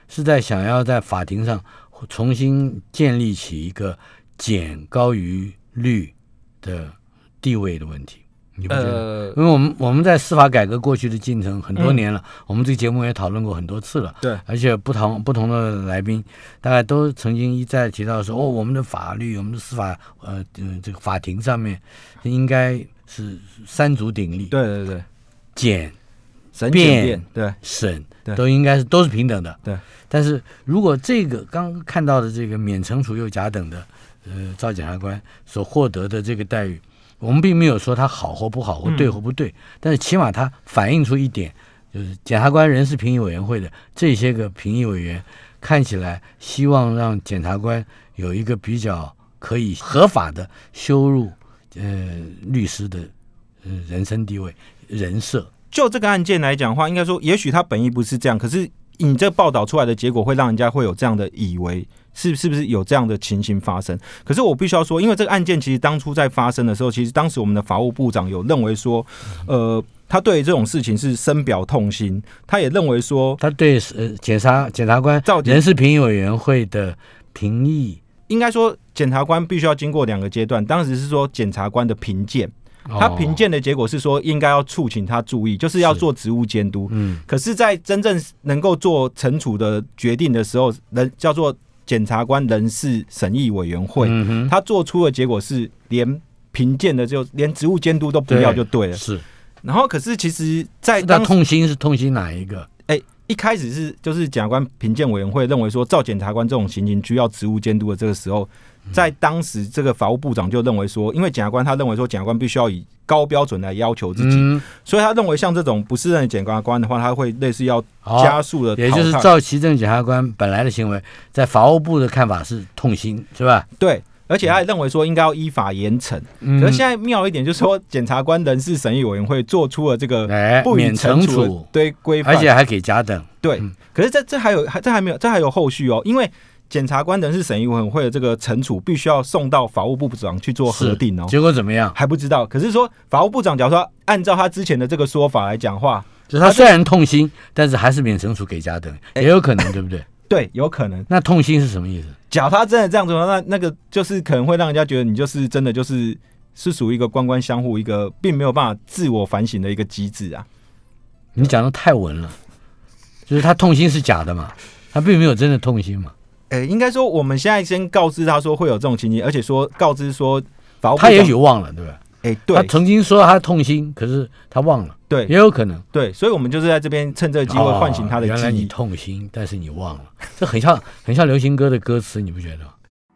Speaker 1: 是在想要在法庭上重新建立起一个检高于律的地位的问题。你不觉得？
Speaker 2: 呃，
Speaker 1: 因为我们我们在司法改革过去的进程很多年了，我们这个节目也讨论过很多次了。
Speaker 2: 嗯对
Speaker 1: 而且不同不同的来宾，大概都曾经一再提到说，哦，我们的法律，我们的司法，呃，呃这个法庭上面应该是三足鼎立，
Speaker 2: 对对对，
Speaker 1: 检
Speaker 2: 神
Speaker 1: 辩
Speaker 2: 检辩，对，
Speaker 1: 审
Speaker 2: 对
Speaker 1: 都应该是都是平等的。
Speaker 2: 对，
Speaker 1: 但是如果这个刚看到的这个免惩处又甲等的，呃，赵检察官所获得的这个待遇，我们并没有说他好或不好
Speaker 2: 嗯
Speaker 1: 或对或不对，但是起码他反映出一点，就是检察官人事评议委员会的这些个评议委员看起来希望让检察官有一个比较可以合法的羞辱呃律师的呃人生地位人设。
Speaker 2: 就这个案件来讲的话，应该说，也许他本意不是这样，可是你这报道出来的结果会让人家会有这样的以为，是是不是有这样的情形发生？可是我必须要说，因为这个案件其实当初在发生的时候，其实当时我们的法务部长有认为说，呃，他对于这种事情是深表痛心，他也认为说，
Speaker 1: 他对呃检察检察官
Speaker 2: 赵
Speaker 1: 人事评议委员会的评议，
Speaker 2: 应该说检察官必须要经过两个阶段，当时是说检察官的评鉴，他评
Speaker 1: 鉴
Speaker 2: 鉴的结果是说应该要促请他注意，就是要
Speaker 1: 哦是
Speaker 2: 做职务监督。
Speaker 1: 嗯
Speaker 2: 可是，在真正能够做惩处的决定的时候，人叫做检察官人事审议委员会，
Speaker 1: 嗯哼，
Speaker 2: 他做出的结果是连评鉴的就连职务监督都不要就对了。
Speaker 1: 是
Speaker 2: 然后可是其实，在
Speaker 1: 那
Speaker 2: 当时
Speaker 1: 痛心是痛心哪一个？
Speaker 2: 一开始是就是检察官评鉴委员会认为说，照检察官这种情形需要职务监督的这个时候，
Speaker 1: 嗯
Speaker 2: 在当时这个法务部长就认为说，因为检察官他认为说检察官必须要以高标准来要求自己，
Speaker 1: 嗯，
Speaker 2: 所以他认为像这种不适任的检察官的话，他会类似要
Speaker 1: 好，
Speaker 2: 加速的
Speaker 1: 哦也
Speaker 2: 淘
Speaker 1: 就是
Speaker 2: 汰
Speaker 1: 赵其正检察官本来的行为，在法务部的看法是痛心，是吧？
Speaker 2: 对，而且他也认为说应该要依法严惩。
Speaker 1: 嗯
Speaker 2: 可是现在妙一点就是说，检察官人事审议委员会做出了这个
Speaker 1: 哎，
Speaker 2: 不予
Speaker 1: 免
Speaker 2: 惩
Speaker 1: 惩
Speaker 2: 处的
Speaker 1: 处，
Speaker 2: 对规范，
Speaker 1: 而且还给甲等。
Speaker 2: 对
Speaker 1: 嗯，
Speaker 2: 可是这这还有还这还没有这还有后续哦，因为检察官人事审议委员会的这个惩处必须要送到法务部部长去做核
Speaker 1: 是
Speaker 2: 定哦，
Speaker 1: 结果怎么样？
Speaker 2: 还不知道。可是说法务部长假如说按照他之前的这个说法来讲话，
Speaker 1: 就是他虽然痛心，但是还是免惩处给甲等，
Speaker 2: 哎
Speaker 1: 也有可能，对不对？
Speaker 2: 对，有可能，
Speaker 1: 那痛心是什么意思？
Speaker 2: 假如他真的这样子的话，那那个就是可能会让人家觉得你就是真的就是是属于一个官官相护，一个并没有办法自我反省的一个机制啊。
Speaker 1: 你讲的太文了，就是他痛心是假的嘛，他并没有真的痛心嘛，
Speaker 2: 呃，应该说我们现在先告知他说会有这种情形，而且说告知说法务部
Speaker 1: 他
Speaker 2: 长
Speaker 1: 也许忘了，对吧？
Speaker 2: 哎、
Speaker 1: 他
Speaker 2: 哦对
Speaker 1: 曾经说他痛心，可是他忘了，
Speaker 2: 对
Speaker 1: 也有可能。
Speaker 2: 对，所以我们就是在这边趁这个机会唤醒他的
Speaker 1: 哦原来
Speaker 2: 记忆
Speaker 1: 你。痛心，但是你忘了，这很像很像流行歌的歌词，你不觉得吗？